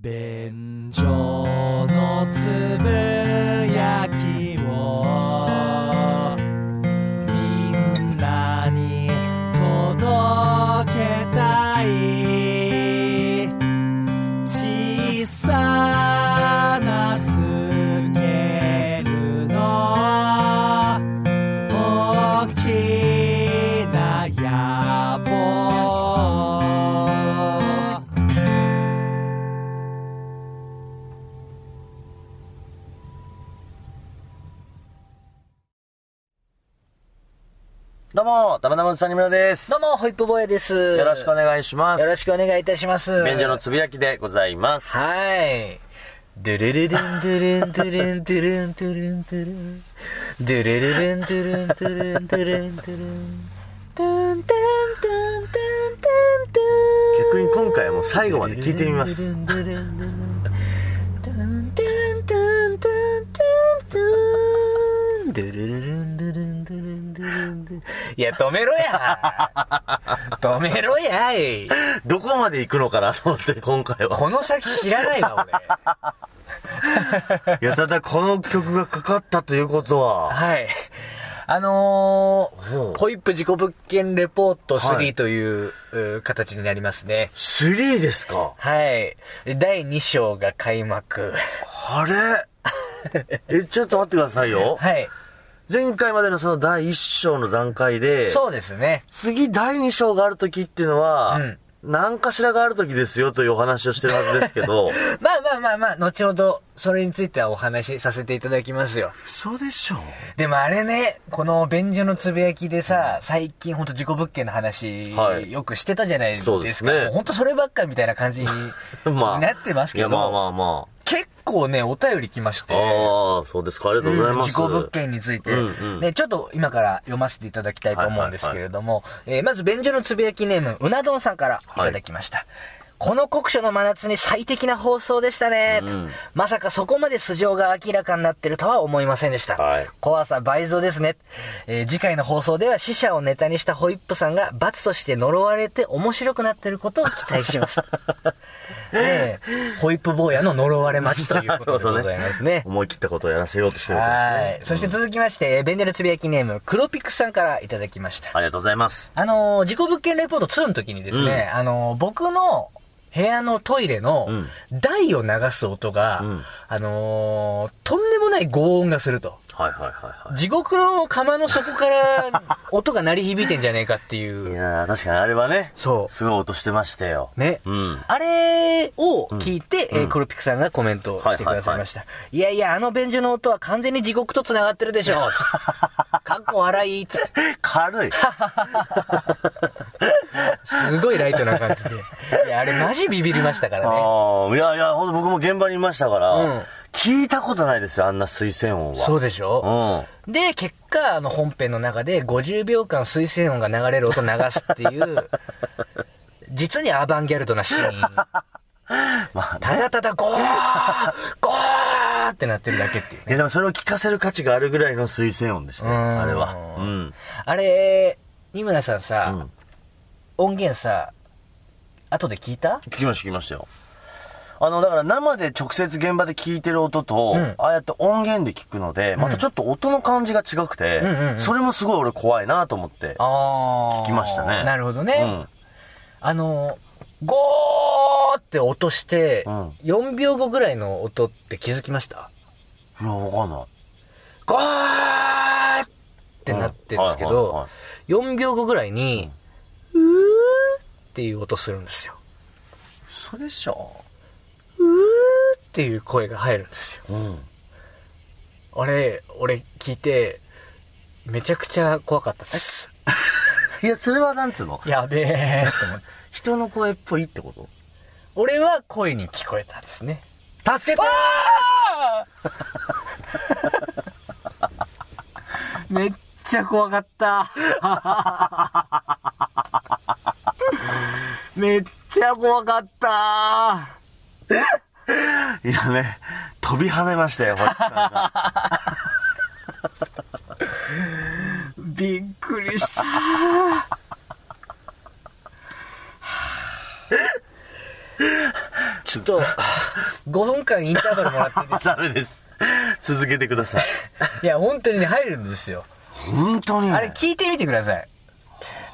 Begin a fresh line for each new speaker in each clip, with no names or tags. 便所のつぶやきをみんなに届けたい小さなスケールの大きな野望
どうも、ダバダバンさんにむらです。
どうも、ホイップボーイです。
よろしくお
いし
願いします。
よろしくお願いいたします。
便所のつぶやきでございます。
はい。ドゥルルルンドゥルンドゥルンドゥルンドゥルンドゥルンドゥルルルンドゥルンドゥルンドゥルンドゥルンドゥンドゥンドゥンドゥンドゥン
逆に今回はもう最後まで聞いてみます。
ドゥルルルンドゥルンドゥルンドゥンドゥンドゥンドゥンドゥンドゥルルルンドゥルンドゥルンドゥルンドゥルンいや止めろや止めろやい
どこまで行くのかなと思って、今回は。
この先知らないわ、俺。
いや、ただこの曲がかかったということは、
はい。あの
ほう
ー、ホイップ自己物件レポート
は
3
い
という、うー形になりますね。
3ですか
はい。第2章が開幕。
あれえ、ちょっと待ってくださいよ。
はい。
前回までのその第1章の段階で、
そうですね。
次第2章がある時っていうのは、
うん
何かしらがある時ですよというお話をしてるはずですけど、
まあまあまあまあ、後ほど、それについてはお話しさせていただきますよ。
嘘でしょ
でもあれね、この便所のつぶやきでさ、最近ほんと事故物件の話、
はい
よくしてたじゃないですか。
そうですね
ほんとそればっかみたいな感じに
まあ。
なってますけど、
いや、まあまあま
結構ね、お便り来まして。
あ。ああ、そうですか。ありがとうございます。
事故物件について、
うんうん
ね、ちょっと今から読ませていただきたいと思うんですけれども、えーまず、便所のつぶやきネーム、うなどんさんからいただきました。この酷暑の真夏に最適な放送でしたね、と
うん
まさかそこまで素性が明らかになってるとは思いませんでした。
はい
怖さ倍増ですね、えー次回の放送では死者をネタにしたホイップさんが罰として呪われて面白くなってることを期待 します。ねえホイップ坊やの呪われ待ちということで ございますね。
思い切ったことをやらせようとしてるわけですね
はい。そして続きまして、ベンデルつぶやきネーム、クロピクさんからいただきました。
ありがとうございます。
あのー、自己物件レポート2の時にですね、あのー、僕の部屋のトイレの
うん
台を流す音が、
うん
あのー、とんでもない轟音がすると。
はいはいはいは
地獄の釜の底から 音が鳴り響いてんじゃねえかってい。
い。いうやー、確かにあれはね、
そ
すごい音してましたよ。
う。ね。
うん。
あれを聞いて、えー黒ピクさんがコメントをしてくださいました。いやいや、あの便所の音は完全に地獄と繋がってるでしょ。つ ってかっこ笑い。つって
軽い。
すごいライトな感じで。 いや、あれマジビビりましたからね。
ああ、いやいや、ほんと僕も現場にいましたから、
うん
聞いたことないですよ、あんな推薦音は。
そうでしょ
うん。
で、結果、あの本編の中で50秒間水仙音が流れる音流すって いう、実にアバンギャルドなシーン。ただただゴーゴーってなってるだけっていう。
いや、でもそれを聞かせる価値があるぐらいの推薦音でしたよ、
うん
あれは。うん。
あれ、二村さんさ、
うん
音源さ、後で聞いた
聞きました、聞きましたよ。あの、だから生で直接現場で聞いてる音と、
うん
ああやって音源で聞くので、またちょっと音の感じが違くて、
んうんうん
それもすごい俺怖いなと思って、
あー
聞きましたね。
なるほどね。
うん。
あの、ゴーって音して、
うん
4秒後ぐらいの音って気づきました
いや、わかんない。
ゴーってなってるんですけ
うんはいは
ど、4秒後ぐらいに、うーっていう音するんですよ。
嘘でしょ。
っていう声が入るんですよ。
うん。
あれ、俺聞いて、めちゃくちゃ怖かったです。
いや、それはなんつうの
やべえって思って。
人の声っぽいってこと
俺は声に聞こえたんですね。
助けて
めっちゃ怖かった。 めっちゃ怖かった。
いやね、飛び跳ねましたよ、ほら。
びっくりした。ちょっと、5分間インターバルもらっていい です
ダメです。続けてください。
いや、本当にね、入るんですよ。
本当に。
あれ聞いてみてください。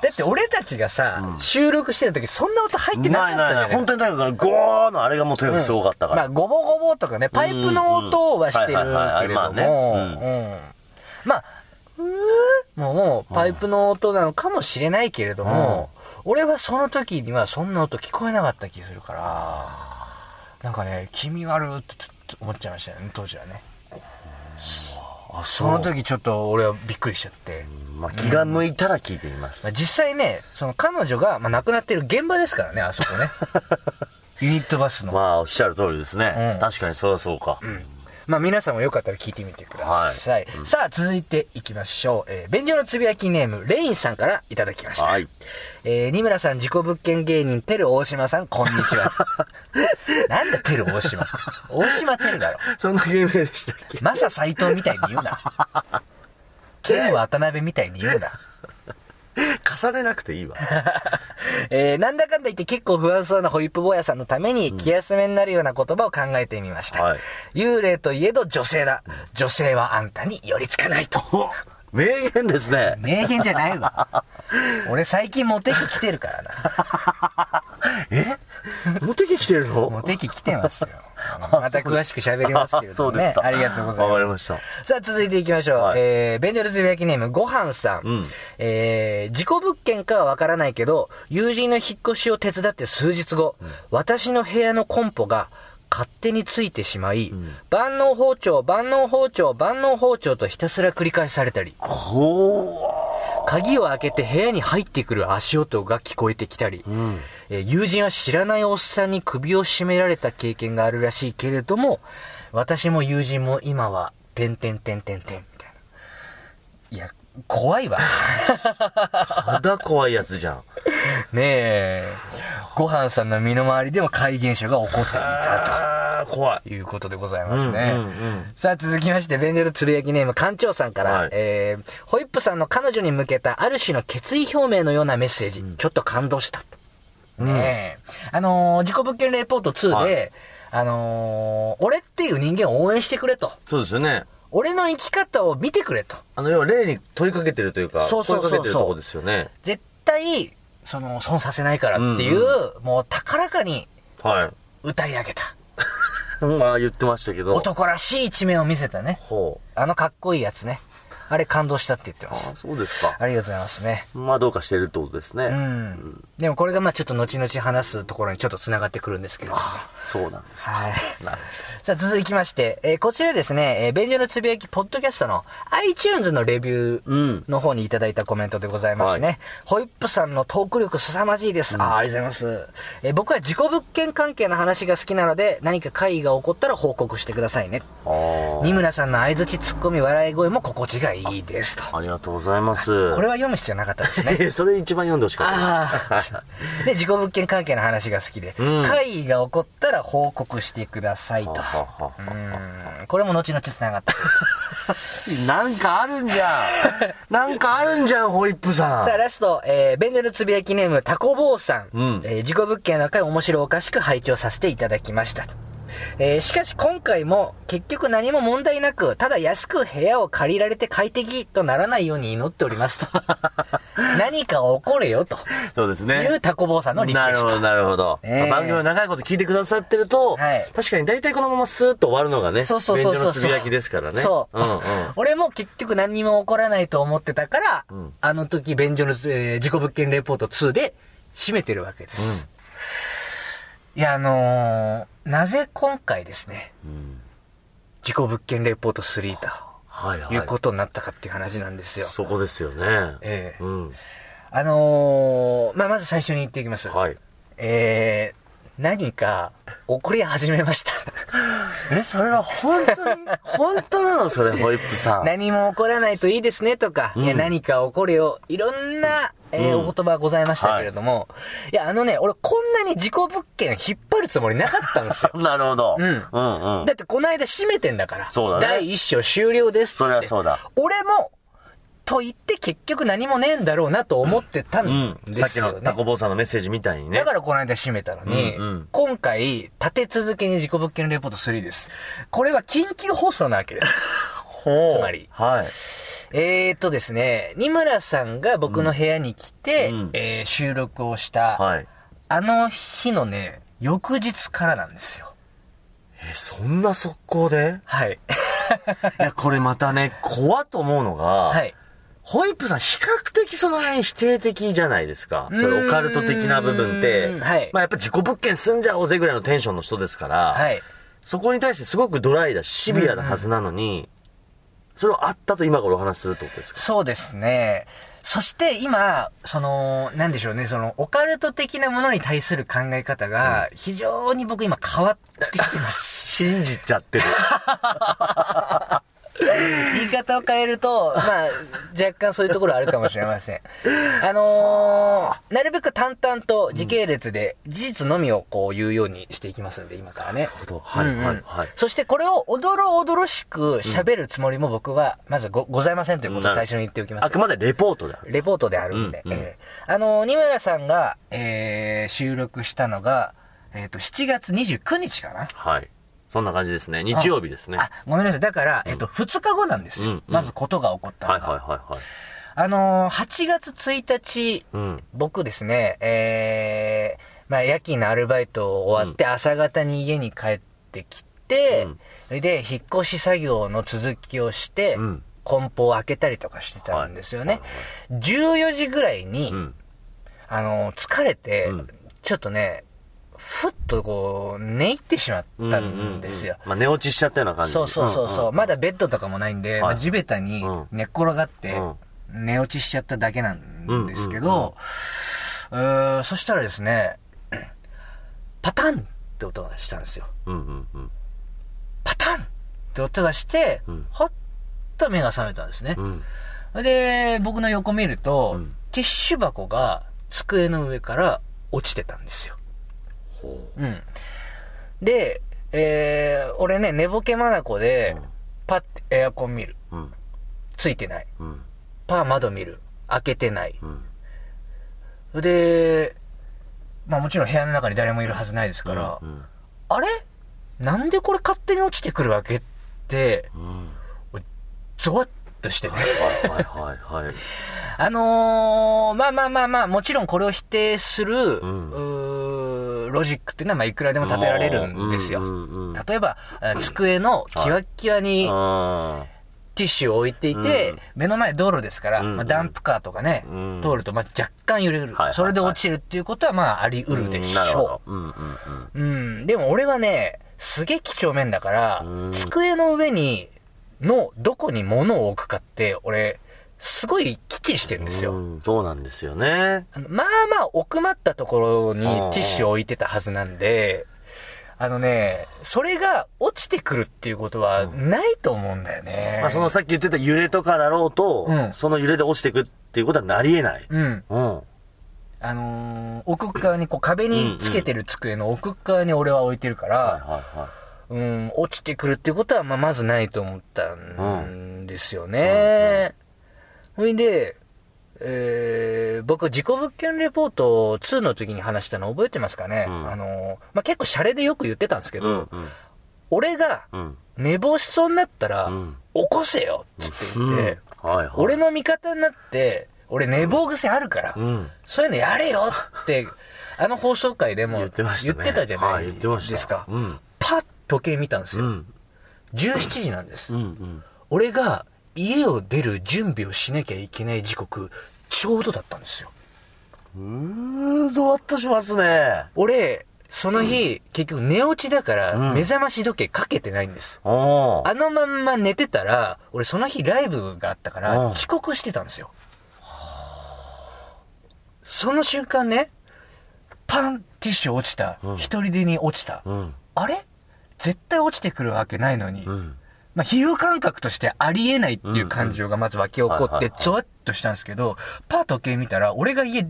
だって俺たちがさ、収録してる時そんな音入ってなか
な
っ
いない
たじゃな
ないい。本当にだから、ゴーのあれがもうとにかくすごかったか
まあ、
ら。
ごぼごぼとかね、パイプの音はしてるけれ
うんうんはいはいはいま
ど
あね
も、
う
うんまあ、うーもう、もう、パイプの音なのかもしれないけれども、俺はその時にはそんな音聞こえなかった気するから、なんかね、気味悪ってちょっと思っちゃいましたよね、当時はね。
あ、
その時ちょっと俺はびっくりしちゃって。
まあ、気が向いたら聞いてみます。
まあ実際ね、その彼女が、まあ、亡くなってる現場ですからね、あそこ ね。ユニットバスの。
まあ、おっしゃる通りですね。
うん
確かにそりゃそうか。
まあ皆さんもよかったら聞いてみてください。
は
さあ、続いていきましょう。えー、便所のつぶやきネーム、レインさんからいただきました。
はい。
えー、二村さん、自己物件芸人、テル大島さん、こんにち は。なんだ、テル大島。大島テル だろ。
そんな芸名でしたっけ
マサ斎藤みたいに言うな。ケン渡辺みたいに言うな。
重ねなくて いいわ。
えー、なんだかんだ言って結構不安そうなホイップ坊やさんのために気休めになるような言葉を考えてみました。
はい
幽霊といえど女性だ。女性はあんたに寄りつかないと。
名言ですね。
名言じゃな いわ。俺最近モテ期来てるからな。
えモテ期来てる
モ
の
テ期来てま すよ。また詳しく喋りますけれど
そ
も
うで
ね
す。か。
ありがとうござい
わかり
ま
ました。
す。さあ、続いていきましょう。
はい
えー、ベンジョルズビ焼きネーム、ごはんさん。
うん
えー、事故物件かはわからないけど、友人の引っ越しを手伝って数日後、私の部屋のコンポが、勝手についてしまい、万能包丁、万能包丁、万能包丁とひたすら繰り返されたり、
こ
鍵を開けて部屋に入ってくる足音が聞こえてきたり、えー友人は知らないおっさんに首を絞められた経験があるらしいけれども、私も友人も今は、てんてんてんてんてん、みたいな。いや、怖いわ。
う、肌怖いやつじゃん。
ねえ、ごはんさんの身の回りでも怪現象が起こっていた
あー、怖い。
ということでございますね。
うんうん
さあ続きまして、ベンデルつぶやきネーム、館長さんから、
はい
えー、ホイップさんの彼女に向けたある種の決意表明のようなメッセージ、ちょっと感動した。ねえ。あのー、自己物件レポート2で、
は
あのー、俺っていう人間を応援してくれと。
そうですよね。
俺の生き方を見てくれと。
あの、要は例に問いかけてるというか、
そうそうそうそう
問いかけてるとこですよね。
絶対、その、損させないからっていう、もう高らかに
はい。
歌い上げた。
まあ言ってましたけど。
男らしい一面を見せたね。
ほう。
あのかっこいいやつね。あれ感動したって言ってま
あ
す。
そうですか。
ありがとうございますね。
まあどうかしてるってことですね。
うん。でもこれがまあちょっと後々話すところにちょっと繋がってくるんですけれども。は
そうなんです。
い。
なる
さあ続きまして、えーこちらですね、えー、便所のつぶやきポッドキャストの iTunes のレビュ
うん
ーの方にいただいたコメントでございますね。
は
ホイップさんのトーク力凄まじいです。あーありがとうございます。えー僕は自己物件関係の話が好きなので、何か会議が起こったら報告してくださいね。
ほど。
二村さんの相槌ツッコミ笑い声も心地がいいですと。
ああ。ありがとうございます。
これは読む必要なかったですね。
えそれ一番読んでほしかった。
ああ。で、事故物件関係の話が好きで、
ん
会議が起こったら報告してくださいと。
はは
う
は
ーん。これも後々つなが った。
なんかあるんじゃ ん。なんかあるんじゃん、ホイップさん。
さあ、ラスト、えー、ベンデルつぶやきネーム、タコ坊さん。
うん
えー、事故物件の回面白おかしく拝聴させていただきました。えー、しかし今回も結局何も問題なく、ただ安く部屋を借りられて快適とならないように祈っておりますと。 何か起これよと
そうです
い
ね。
うタコ坊さんのリクエ
な
スト。
るほど、なるほど。
ええ
番組を長いこと聞いてくださってると、
はい
確かに大体このままスーッと終わるのがね、
そうそうそう
便
そう
所のつぶやきですからね。
そ
ん
う、
うん。
俺も結局何にも起こらないと思ってたから、
ん
あの時、便所の、えー、事故物件レポート2で締めてるわけです。いや、あのーなぜ今回ですね、
ん
事故物件レポート3と
はいはい。
いうことになったかっていう話なんですよ。
そこですよね。
ええ
うん。
あのーまあ、まず最初に言っていきます。
はい。
えー、何か起こり始めました。
え、それは本当に、 本当なのそれ、ホイップさん。。
何も起こらないといいですねとか、いや何か起こるよ、いろんな、えーお言葉がございましたけれども、い、や、あのね、俺こんなに事故物件引っ張るつもりなかったんですよ
なるほど。
うん
うんうん。
だってこの間閉めてんだから、
そうだね
第一章終了ですっつって
そりゃそうだ
俺も、と言って結局何もねえんだろうなと思ってた
うんん。
で
さっ
す
きの
よね。
タコ坊さんのメッセージみたいにね。
だからこの間閉めたのに、
うんうん
今回、立て続けに事故物件レポート3です。これは緊急放送なわけです。
ほう
つまり
はい。
えーとですね、二村さんが僕の部屋に来て、
うん
えー収録をした、
はい。
あの日のね、翌日からなんですよ。
え、そんな速攻で
はい。
いや、これまたね、怖と思うのが、
はい。
ホイップさん比較的その辺否定的じゃないですか。そういうオカルト的な部分っ
うー
て。
んはい
まあやっぱ自己物件住んじゃおうぜぐらいのテンションの人ですから。
はい。
そこに対してすごくドライだし、シビアなはずなのに、それをあったと今からお話しするってことですか
そうですね。そして今、その、なんでしょうね、その、オカルト的なものに対する考え方が、非常に僕今変わってきてます。
信じちゃってる。
言い方を変える と、まあ、若干そういうところあるかもしれません。あのーなるべく淡々と時系列で事実のみをこう言うようにしていきますんで、今からね。
ほどはい
うんうん
はいはい
そしてこれをおどろおどろしく喋るつもりも僕は、まずごございませんということを最初に言っておきます。
あくまでレポートだ。
レポートであるんで。
うんうん
えーあの、二村さんが、えー収録したのが、えっ、と、7月29日かな
はい。そんな感じですね。日曜日ですね。は
あ、ごめんなさい。だから、えっ、と、2日後なんですよ。
うんうん
まずことが起こっ
い
たの
はい
が。
はいはい。
あのー8月1日、
うん。
僕ですね、えーまあ、夜勤のアルバイト終わって、朝方に家に帰ってきて、
うん
それで、引っ越し作業の続きをして、
うん
梱包を開けたりとかしてたんですよね。14時ぐらいに、
うん。
あの、疲れて、
うん
ちょっとね、ふっとこう、寝入ってしまったんですよ。
うううまあ寝落ちしちゃったような感じ。
そうそうそうそう、
んん
まだベッドとかもないんで、
はい
まあ、地べたに
うん
寝っ転がって、寝落ちしちゃっただけなんですけど、うーんそしたらですね、 パタンって音がしたんですよ。
うんうんうん。
パタンって音がして、
うん
ほっと目が覚めたんですね。
うん。
で、僕の横見ると、
うん
ティッシュ箱が机の上から落ちてたんですよ。
ほ
うん。で、えー、俺ね、寝ぼけ眼で
うん、
パッてエアコン見る。
う。うん。
ついてない。
うん。
パー窓見る。開けてない。
うん。
で、まあもちろん部屋の中に誰もいるはずないですから、
うん。
あれなんでこれ勝手に落ちてくるわけって、
うん
ゾワッとしてね。
はいはいはいはい。
あのー、まあまあまあまあ、もちろんこれを否定する、うんーロジックっていうのはまあいくらでも立てられるんですよ。
うんうんうん
例えば、えー机のキワッキワに
あ
ティッシュを置いていて、
うん
目の前道路ですから、
うんうん
まあ、ダンプカーとかね、
うん
通るとまあ若干揺れる、
はいはい
それで落ちるっていうことはまああり
ー
得るでし
なるほ
ょ
ど。うんうんうん。
う。うん、でも俺はね、すげえ几帳面だから、
うん
机の上に、のどこに物を置くかって、俺、すごいきっちりしてるんですよ。
うんそうなんですよね。
あのまあまあ奥まったところに
うん
ティッシュを置いてたはずなんで、あのね、それが落ちてくるっていうことはないと思うんだよね。
まあそのさっき言ってた揺れとかだろうと、
うん
その揺れで落ちてくっていうことはなり得ない。
うん。
うん。
あのー奥側に、こう壁につけてる机の奥側に俺は置いてるか
はい
ら、
はいは
うん、落ちてくるっていうことは、まあ、まずないと思った
うん
ですよね。ほいで、えー僕、自己物件レポート2の時に話したの覚えてますかね、
うん
あのーまあ、結構シャレでよく言ってたんですけ
い。
ど、
うんうん
俺が
うん。
寝坊しそうになったら、
うん
起こせよっつって
う
言っ
ん
て、
はいはい。
俺の味方になって、俺寝坊癖あるから、
うん。
そういうのやれよって、 あの放送回でも
言ってましたね。
言ってたじゃ
は
ないい
言ってました
ですか。
うん。
パッと時計見たんです
う
よ。
ん。
17時なんです。
うんうん。
俺が家を出る準備をしなきゃいけない時刻、ちょうどだったんですよ。
うー、ゾワッとしますね。
俺、その日、結局寝落ちだから、
うん
目覚まし時計かけてないんです。
おー
あのまんま寝てたら、俺その日ライブがあったか
う
ら
ん
遅刻してたんですよ。その瞬間ね、パンティッシュ落ちた。
うん
一人でに落ちた。
うん。
あれ絶対落ちてくるわけないのに、
うん。
まあ、比喩感覚としてありえないっていう感情がまず湧き起こ
は
っ
いはい
て
は、い
ゾワッとしたんですけど、パー時計見たら、俺が家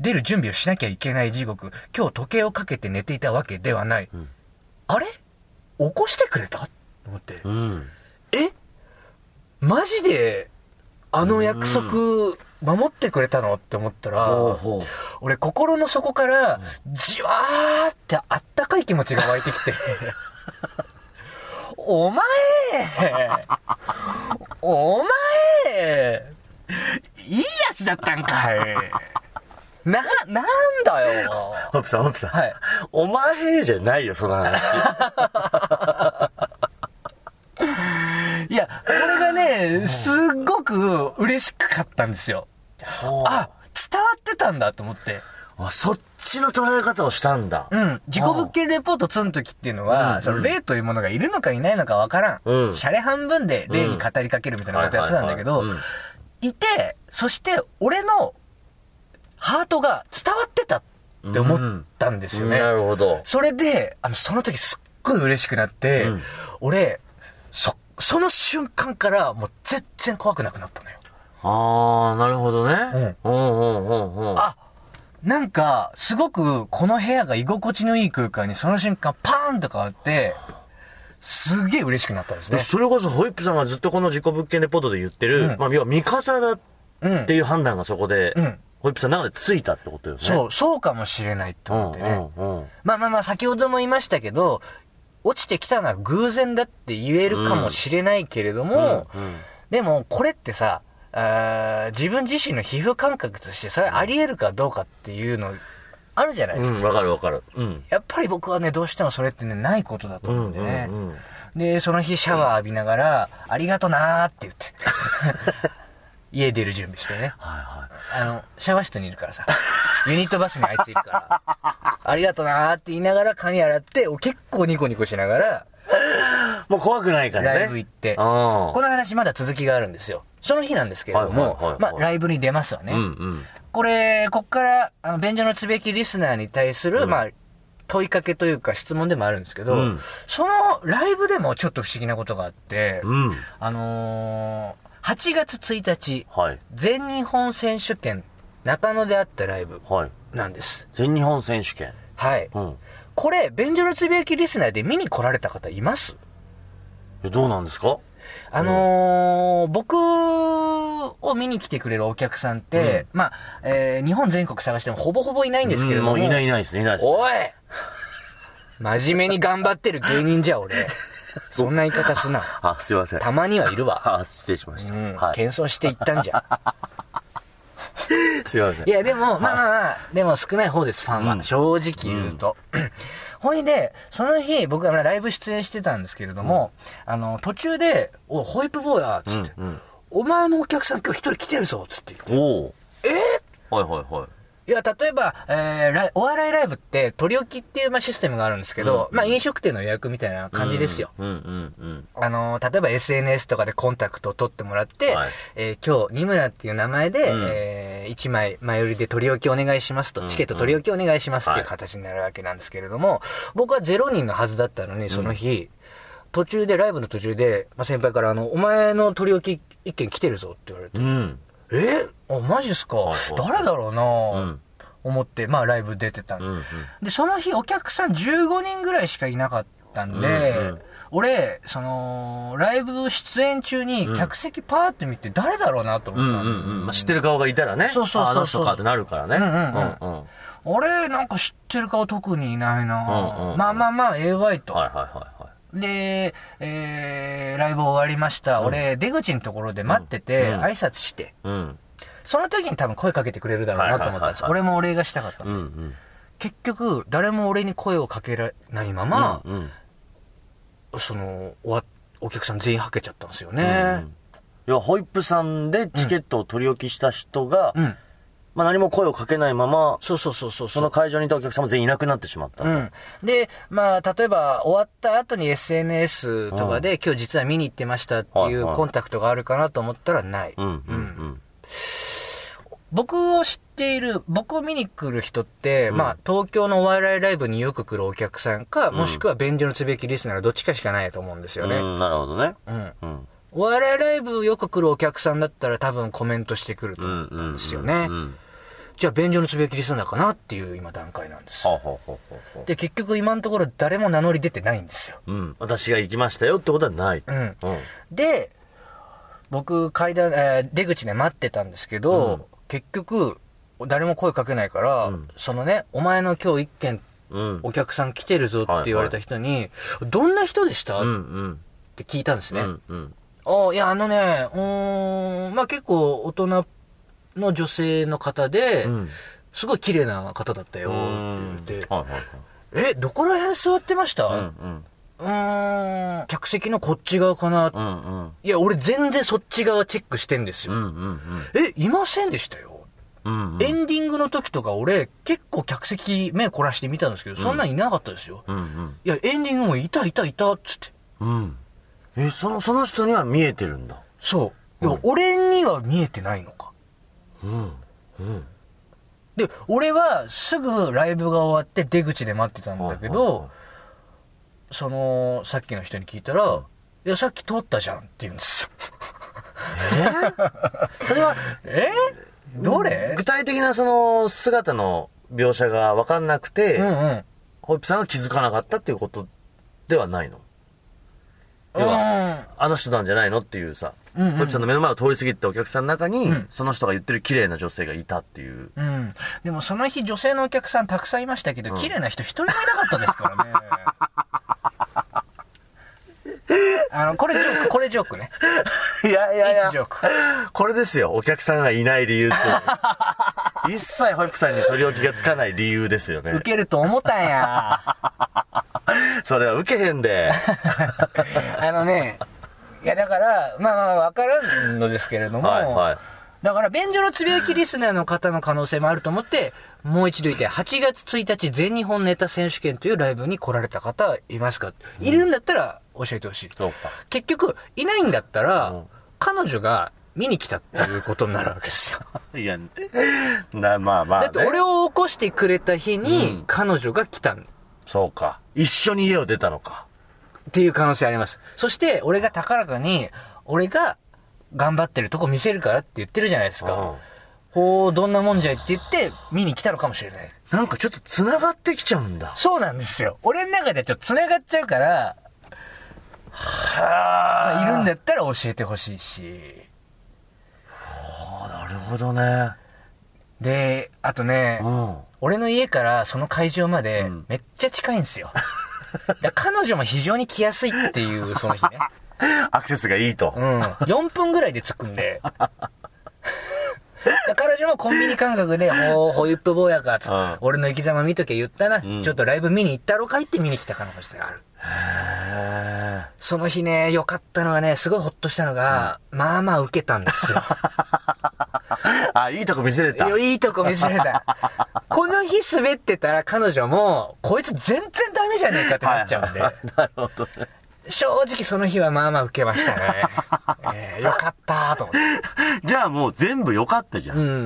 出る準備をしなきゃいけない時刻、今日時計をかけて寝ていたわけではない。
ん
あれ起こしてくれたと思って
う。ん。
えマジであの約束守ってくれたのって思ったら、
ほうほう
俺心の底から、じわーってあったかい気持ちが湧いてき て、お前お前いいやつだったんかいな、なんだよ
ホップさん、ホップさん。
はい
お前じゃないよ、その話。
いや、これがね、すっごく嬉しかったんですよ。あ、伝わってたんだと思って。
あ、そっちの捉え方をしたんだ。
うん。自己物件レポート積むときっていうのは、
うん
その例というものがいるのかいないのかわからん。
うん
シャレ半分で例に語りかけるみたいなことやってたんだけ
は
ど、
いはいはい
いて、そして俺のハートが伝わってたって思ったんですよね。
なるほど。
それで、あの、その時すっごい嬉しくなって、
うん
俺、そ、その瞬間からもう全然怖くなくなったのよ。
ああ、なるほどね。うん。うん、うん、うん、うん。
あなんか、すごくこの部屋が居心地のいい空間にその瞬間パーンと変わって、すげえ嬉しくなったんです
で
ね。
それこそホイップさんがずっとこの自己物件レポートで言ってる、
うん
まあ、要は味方だ
うん
って。いう判断がそこで、
うん
ホイップさんの中でついたってことよね。
そう、そうかもしれないと
う
思
ん。
って
う
ね。
ん、うん、
まあまあまあ、先ほども言いましたけど、落ちてきたのは偶然だって言えるかもしれないけれども、
うんうん
でもこれってさ、あー自分自身の皮膚感覚としてそれあり得るかどうかっていうのあるじゃないで
う
すか。
ん。わかるわかる。うん。
やっぱり僕はね、どうしてもそれってね、ないことだと
う
思うん
ん、
で
う
ね。
ん、うん。
で、その日シャワー浴びながら、ありがとなーって 言って。家出る準備してね。あの、シャワー室にいるからさ。ユニットバスにあいついるから。ありがとなーって言いながら髪洗って、俺結構ニコニコしながら、
もう怖くないからね。
ライブ行って
うん。
この話まだ続きがあるんですよ。その日なんですけれど
はいはいはい
も
は、い
まあ、ライブに出ますわね。
うん、うん。
これ、こっから、あの、便所のつべきリスナーに対する、
ん
まあ、問いかけというか質問でもあるんですけど、
うん
そのライブでもちょっと不思議なことがあって、
うん。
あのー、8月1日、
はい。
全日本選手権、中野であったライブ
はい。
なんです。
全日本選手権。
はい。
うん。い
これ、便所のつぶやきリスナーで見に来られた方います
やどうなんですか
あのー僕を見に来てくれるお客さんって、まあ、えー日本全国探してもほぼほぼいないんですけれども。
うんういないいないですね、いないですね。
おい真面目に頑張ってる芸人じゃ、俺。そんな言い方すな。
あ、すいません。
たまにはいるわ。
あ、失礼しまし
う
た。
ん。
はい。
謙遜していったんじゃ。
すいません
い。や、でも、まあまあまあ、でも少ない方です、ファンは。
うん
正直言うと。ほいで、その日、僕はライブ出演してたんですけれども、あの、途中で、おいホイップボーイだ、つって、
うんうん
お前のお客さん今日一人来てるぞ、つって言って。
おお。えはいはいはい。
いや、例えば、えーライお笑いライブって、取り置きっていう、まあ、システムがあるんですけど、まあ、飲食店の予約みたいな感じですよ。
うんうんうん。
あの、例えば SNS とかでコンタクトを取ってもらって、
はい
えー今日、二村っていう名前で、
ん
え1枚前売りで取り置きお願いしますと、チケット取り置きお願いしますっていう形になるわけなんですけれども、僕は0人のはずだったのに、その日、途中で、ライブの途中で、まあ、先輩から、あの、お前の取り置き一件来てるぞって言われて、
うん。
えあ、マジっすか、
いはい
誰だろうな、
うん
思って、まあ、ライブ出てたんで
うんうん。
で、その日お客さん15人ぐらいしかいなかったんで、
うんうん
俺、その、ライブ出演中に客席パーって見て誰だろうなと
う
思っ
ん
た
う
の
んうん。まあ、知ってる顔がいたらね。
そうそうそうそう
ああの人かってなるからね。
うん
うんうん。
俺、なんか知ってる顔特にいないな、
うんうんうん
まあまあまあ、AY と。
はいはいはいはい。
で、えー、ライブ終わりました。俺、出口のところで待ってて、
うん
挨拶して、
うん。
その時に多分声かけてくれるだろうなと思ったんです。
はいはいはいはい
俺もお礼がしたかった
う。んうん。
結局、誰も俺に声をかけられないまま、
うんうん。
そのおわお客さん全員はけちゃったんですよ
う
ね
ん。いや、ホイップさんでチケットを取り置きした人が、
うん、
まあ何も声をかけないまま、
そうそうそうそう
その会場にいたお客様全員いなくなってしまった。
う。ん、でまあ例えば終わった後に SNS とかで、今日実は見に行ってましたって
はい
いう
はい
コンタクトがあるかなと思ったらない、
うんうんうん。
僕を知っている僕を見に来る人って、まあ東京のお笑いライブによく来るお客さんか、もしくは便所のつべきリスナーのどっちかしかないと思うんですよね、
うん、なるほどね。
うん
うん。
お笑いライブよく来るお客さんだったら多分コメントしてくると
う
思
ん
っ
う
た
んうん。
んですよね
う。ん。
じゃあ便所のつぶやきリスナーかなっていう今段階なんです
はあ、はあはあはあはあ
で、結局今のところ誰も名乗り出てないんですよ。
うん。私が行きましたよってことはない。
うん。
うん。
で、僕、階段、えー出口で待ってたんですけど、
うん
結局、誰も声かけないから、
うん
そのね、お前の今日一件
うん。
お客さん来てるぞって言われた人に、どんな人でした、
う
っ
ん
て聞いたんです
うん。う
ね。
んうん。
あいや、あのね、うーん、まあ結構大人の女性の方で、
うん。
すごい綺麗な方だったよ
うん。
って言って、
はいはいはい。
え、どこら辺座ってました、
う
うんん、ーん、客席のこっち側かな。
うん。うんうん。
いや、俺全然そっち側チェックしてんです
う
よ。
んうん
え、いませんでしたよ。
うん。うん。
エンディングの時とか俺、結構客席目凝らして見たんですけど、そんなんいなかったですよ。
うんうん。
いや、エンディングもいたいたいた、つって。
うん。え、その、その人には見えてるんだ。
そう。でも俺には見えてないのか。
うん。
で、俺はすぐライブが終わって出口で待ってたんだけ
はいはいは
ど、その、さっきの人に聞いたら、いや、さっき通ったじゃんって言うんです よ。
それは、
えどれ
具体的なその、姿の描写が分かんなくて、
うんうん。
ホイップさんが気づかなかったっていうことではないの
う
要は、
ん。
あの人なんじゃないのっていうさ、
うんうん
ホイップさんの目の前を通り過ぎたお客さんの中に、
うん
その人が言ってる綺麗な女性がいたっていう。
うん。でもその日女性のお客さんたくさんいましたけど、綺麗な人一人もいなかったですからね。 あの、これジョーク、これジョークね。
いやい
いいジョーク。
これですよ、お客さんがいない理 由って。一切ホイップさんに取り置きがつかない理由ですよね
受。けると思ったん や。
それは受けへんで。
あのね、いやだから、まあまあわからんのですけれども、
はいはい
だから、便所のつぶやきリスナーの方の可能性もあると思って、もう一度言って、8月1日全日本ネタ選手権というライブに来られた方いますか、いるんだったら教えてほしい。
そうか
結局、いないんだったら、
うん
彼女が見に来たっていうことになるわけで すよ。
いや、な、まあまあ、
だ
ね。
って俺を起こしてくれた日
うん
に、彼女が来たん
そうか。一緒に家を出たのか。
っていう可能性あります。そして、俺が高らかに、俺が頑張ってるとこ見せるからって言ってるじゃないです
うん
か。ほう、どんなもんじゃいって言って、見に来たのかもしれない。
なんかちょっと繋がってきちゃうんだ。
そうなんですよ。俺の中ではちょっと繋がっちゃうから、まあいるんだったら教えてほしいし。
なるほどね。
で、あとね、
うん。
俺の家からその会場ま
う
で
ん
めっちゃ近いんですよ。だから彼女も非常に来やすいっていう、その日ね。
アクセスがいいと
う。ん。4分ぐらいで着くんで。 彼女もコンビニ感覚で、おー、ホイップ坊やか、
うん
俺の生き様見とけ言ったな、
ん
ちょっとライブ見に行ったろかいって見に来た可能性がある。
へ
その日ね、良かったのはね、すごいホッとしたのが、まあまあ受けたんで すよ。
ーあ、いいとこ見せれた。
いいとこ見せられた。この日滑ってたら彼女も、こいつ全然ダメじゃねえかってなっちゃうん で。
なるほどね。
正直その日はまあまあ受けましたね。えーよかったーと思って。
じゃあもう全部良かったじゃん。
うん。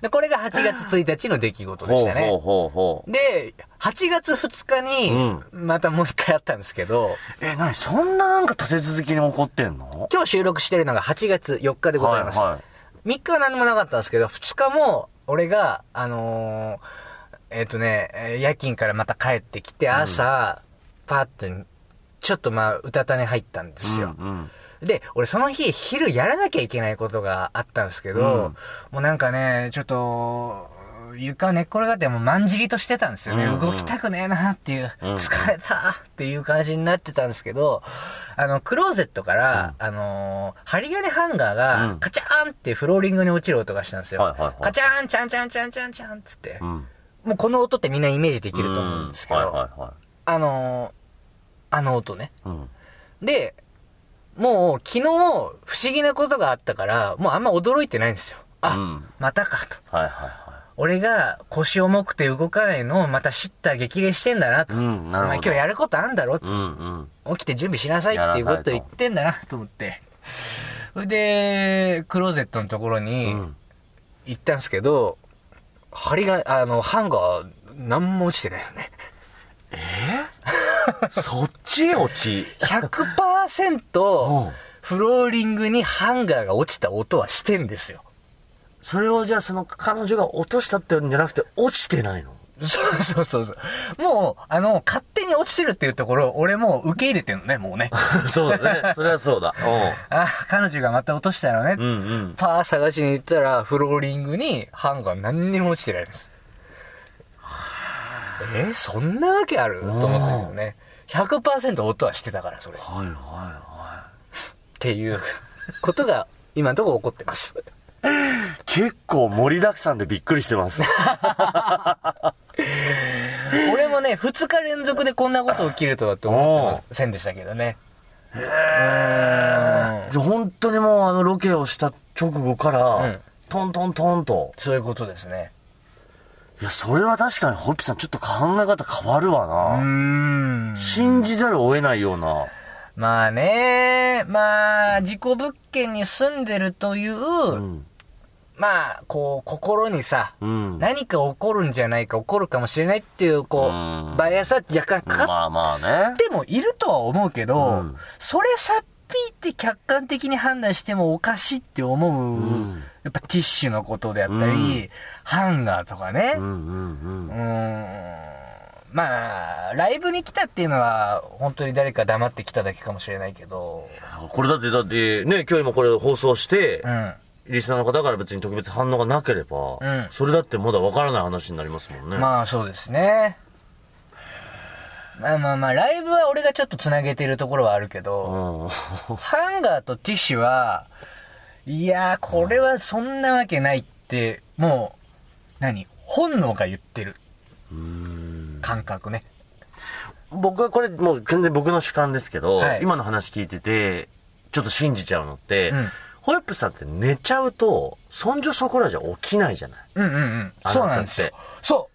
でこれが8月1日の出来事で
ほ
し
う
たね。
ほうほうほう。
で、8月2日に、またもう一回あったんですけど、
え、なにそんななんか立て続けに怒ってんの
今日収録してるのが8月4日でございます。
はいは
3日は何もなかったんですけど、2日も、俺が、あのーえっ、とね、えー夜勤からまた帰ってきて、朝、パーって、ちょっとまあ、うたた寝入ったんですよ。
うん。
で、俺その日、昼やらなきゃいけないことがあったんですけど、
うん
もうなんかね、ちょっと、床寝っ転がってもうまんじりとしてたんですよね。
うんうん
動きたくねえなっていう、
うんうん
疲れたっていう感じになってたんですけど、あの、クローゼットから、あのー針金ハンガー
う
が
ん、
カチャーンってフローリングに落ちる音がしたんですよ。
はいはいはい
カチャーン、チャンチャンチャンチャンチャンっつって、
うん。
もうこの音ってみんなイメージで
で
きると思うんですけど、
はいはいは
あのーあの音ね。
い。うん。
で、もう昨日不思議なことがあったから、もうあんま驚いてないんですよ。あ、
うん
またかと。
はいはいは
俺が腰重くて動かないのをまたシッター激励してんだなと。
い。うん、な
お前
るほ
今日
ど。
やることあんだろ、
うんうん。
起きて準備しなさいっていうことを言ってんだなと思って。それで、クローゼットのところ
う
に
ん。
行ったんですけど、針が、あの、ハンガー、何も落ちてないよ ね。
そっちへ落 ち。
100%
ん、
フローリングにハンガーが落ちた音はしてんですよ。
それをじゃあその彼女が落としたってんじゃなくて落ちてないの
そうそうそうそう。もう、あの、勝手に落ちてるっていうところを、俺もう受け入れてるのね、 もうね。
そうだね。それはそうだ。
あ、彼女がまた落としたのね。
うん。うんうん。
パー探しに行ったら、フローリングにハンガー何にも落ちてないです。えーそんなわけあると思ったけどね。100%音はしてたから、それ。っ
はいはいは
ていうことが、今のところ起こって ます。
い。結構盛りだくさんでびっくりしてます。
俺もね、2日連続でこんなこと起きるとはって思ってませんでしたけどね。
えー、本当にもうあのロケをした直後から、
うん
トントントンと。
そういうことですね。
いや、それは確かにホッピさんちょっと考え方変わるわ
うー
な。
ん。
信じざるを得ないような。
まあね、まあ、事故物件に住んでるという、
うん。
まあ、こう、心にさ、
うん。
何か起こるんじゃないか、起こるかもしれないっていう、こ
うん
う、バイアスは若干かか
まあまあね
っ。てもいるとは思うけど、
うん
それさっぴいって客観的に判断してもおかしいって思う、
ん
やっぱティッシュのことであったり、
うん
ハンガーとかね、
う
うん
うんうん。
ーんまあ、ライブに来たっていうのは、本当に誰か黙って来ただけかもしれないけど、
これだって、だって、ね、今日今これ放送して、
うん。
リスナーの方から別に特別反応がなければ、
うん
それだってまだわからない話になりますもんね。
まあそうですね。まあまあまあ、ライブは俺がちょっとつなげてるところはあるけど、
うん。
ハンガーとティッシュは、いやー、これはそんなわけないって、もう、何本能が言ってる。感覚ね。
僕はこれもう全然僕の主観ですけど、
はい
今の話聞いてて、ちょっと信じちゃうのって、
うん
ホイップさんって寝ちゃうと、そんじょそこらじゃ起きないじゃない。
うんうんうん。
あ
そうなんですよ
な。
そ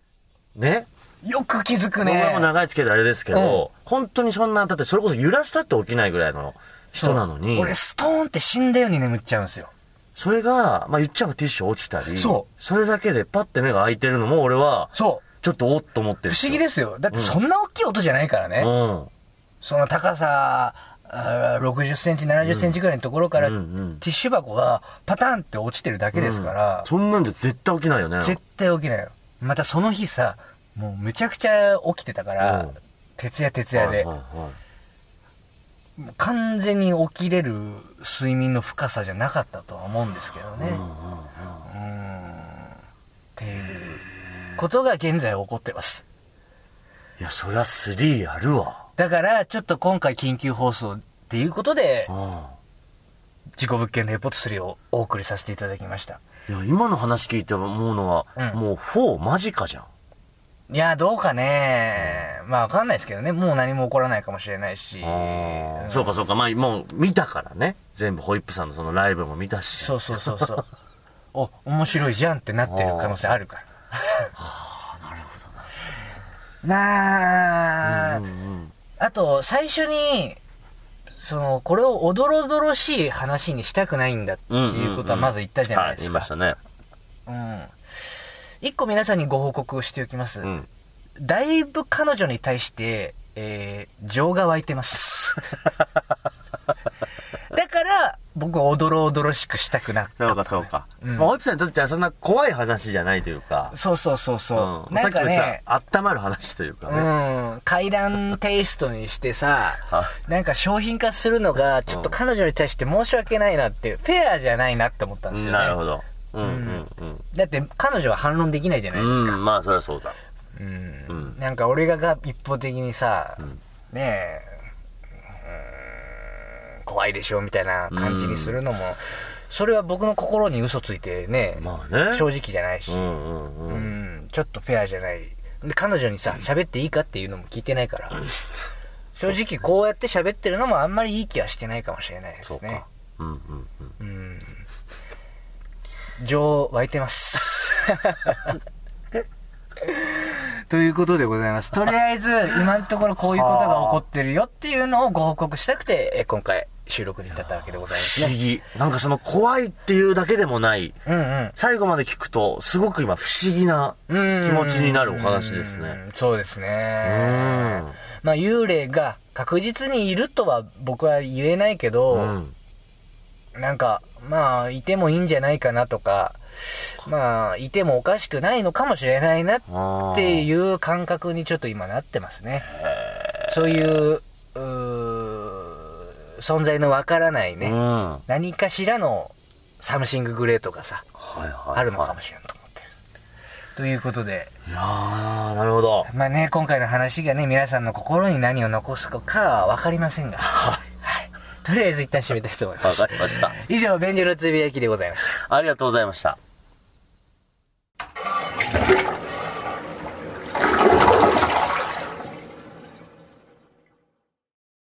ね
うよく気づく
僕はもう
ね。
長いつけであれですけど、本当にそんな、だってそれこそ揺らしたって起きないぐらいの人なのに、
俺、ストーンって死んだように眠っちゃうんですよ。
それが、まあ言っちゃうばティッシュ落ちたり、
そう
それだけでパッて目が開いてるのも俺は、
そ
ちょっとおっと思って
う。
る。
不思議ですよ。だってそんな大きい音じゃないからね。
うん。
その高さ、あー60センチ、70センチぐらいのところから、
う
テ
んう
ィ
ん
ッシュ箱がパタンって落ちてるだけですから、
そんなんじゃ絶対起きないよね。
絶対起きないよ。またその日さ、もうめちゃくちゃ起きてたから、
うん
徹夜徹夜
は
で、
いはいはい
もう完全に起きれる睡眠の深さじゃなかったとは思うんですけどね。うんっていうことが現在起こってます。
いや、そりゃ3やるわ。
だから、ちょっと今回緊急放送っていうことで、
う
事故物件レポート3をお送りさせていただきました。
ん。いや、今の話聞いて思うのは、
うん
もう4間近じゃん。
いや、どうかね。まあ、わかんないですけどね。もう何も起こらないかもしれないし。うん
そうかそうか。まあ、もう見たからね。全部ホイップさんのそのライブも見たし。
そうそうそう そう。お、面白いじゃんってなってる可能性あるから。なるほどな。まあ、あと、最初に、その、これをおどろどろしい話にしたくないんだっていうことはまず言ったじゃないで
はい、言
す
いま
か
し。たね。
うん。一個皆さんにご報告をしておきます。
うん。
だいぶ彼女に対して、えー、情が湧い てます。だから、僕はおどろおどろしくしたくなった。
そうかそうか。
うん
まあ、ホイップさんにとってはそんな怖い話じゃないというか。
そうそうそうそう。
うん。さ
な
っ
ん
き
か
もさ
ね、、
温まる話というかね。
うん、階段テイストにしてさ
は、
なんか商品化するのが、ちょっと彼女に対して申し訳ないなって、フェアじゃないなって思ったんですよね。
なるほど。うんうんうん。
だって彼女は反論できないじゃないです
う
か。
ん、まあ、そりゃそうだ。
うん
うん。
なんか俺がが一方的にさ、ねえ、うーん怖いでしょみたいな感じにするのも、それは僕の心に嘘ついてね、
まあね。
正直じゃないし、
う
うん
うんうん。
ちょっとフェアじゃない。で、彼女にさ、喋っていいかっていうのも聞いてないから、正直こうやって喋ってるのもあんまりいい気はしてないかもしれないです
そ
ね。
うか。うんうんうん。
うん。情湧いてます。 ということでございます。とりあえず、今のところこういうことが起こってるよっていうのをご報告したくて、え今回収録に至ったわけでございま
不
す
思
ね。
議。なんかその怖いっていうだけでもない。
うんうん。
最後まで聞くと、すごく今不思議な気
うん
持ちになるお話です
う
ね。
んそうです
う
ね。
ん。
まあ、幽霊が確実にいるとは僕は言えないけど、
うん。
なんか、まあ、いてもいいんじゃないかなとか、まあ、いてもおかしくないのかもしれないなっ
あ
て
う。
いう感覚にちょっと今なってますね。そういう、うー存在のわからないうね、
ん。は
何かしらのサムシンググレーとかさ、
いはい、はい。
あるのかもしれんと思ってる。ということで、
いやー、なるほど。
まあね、今回の話がね、皆さんの心に何を残すかは分かりませんが、はい。とりあえず一旦締めたいと思いま
わ
す
か。りました。
以上、便所のつぶやきでございました。
ありがとうございました。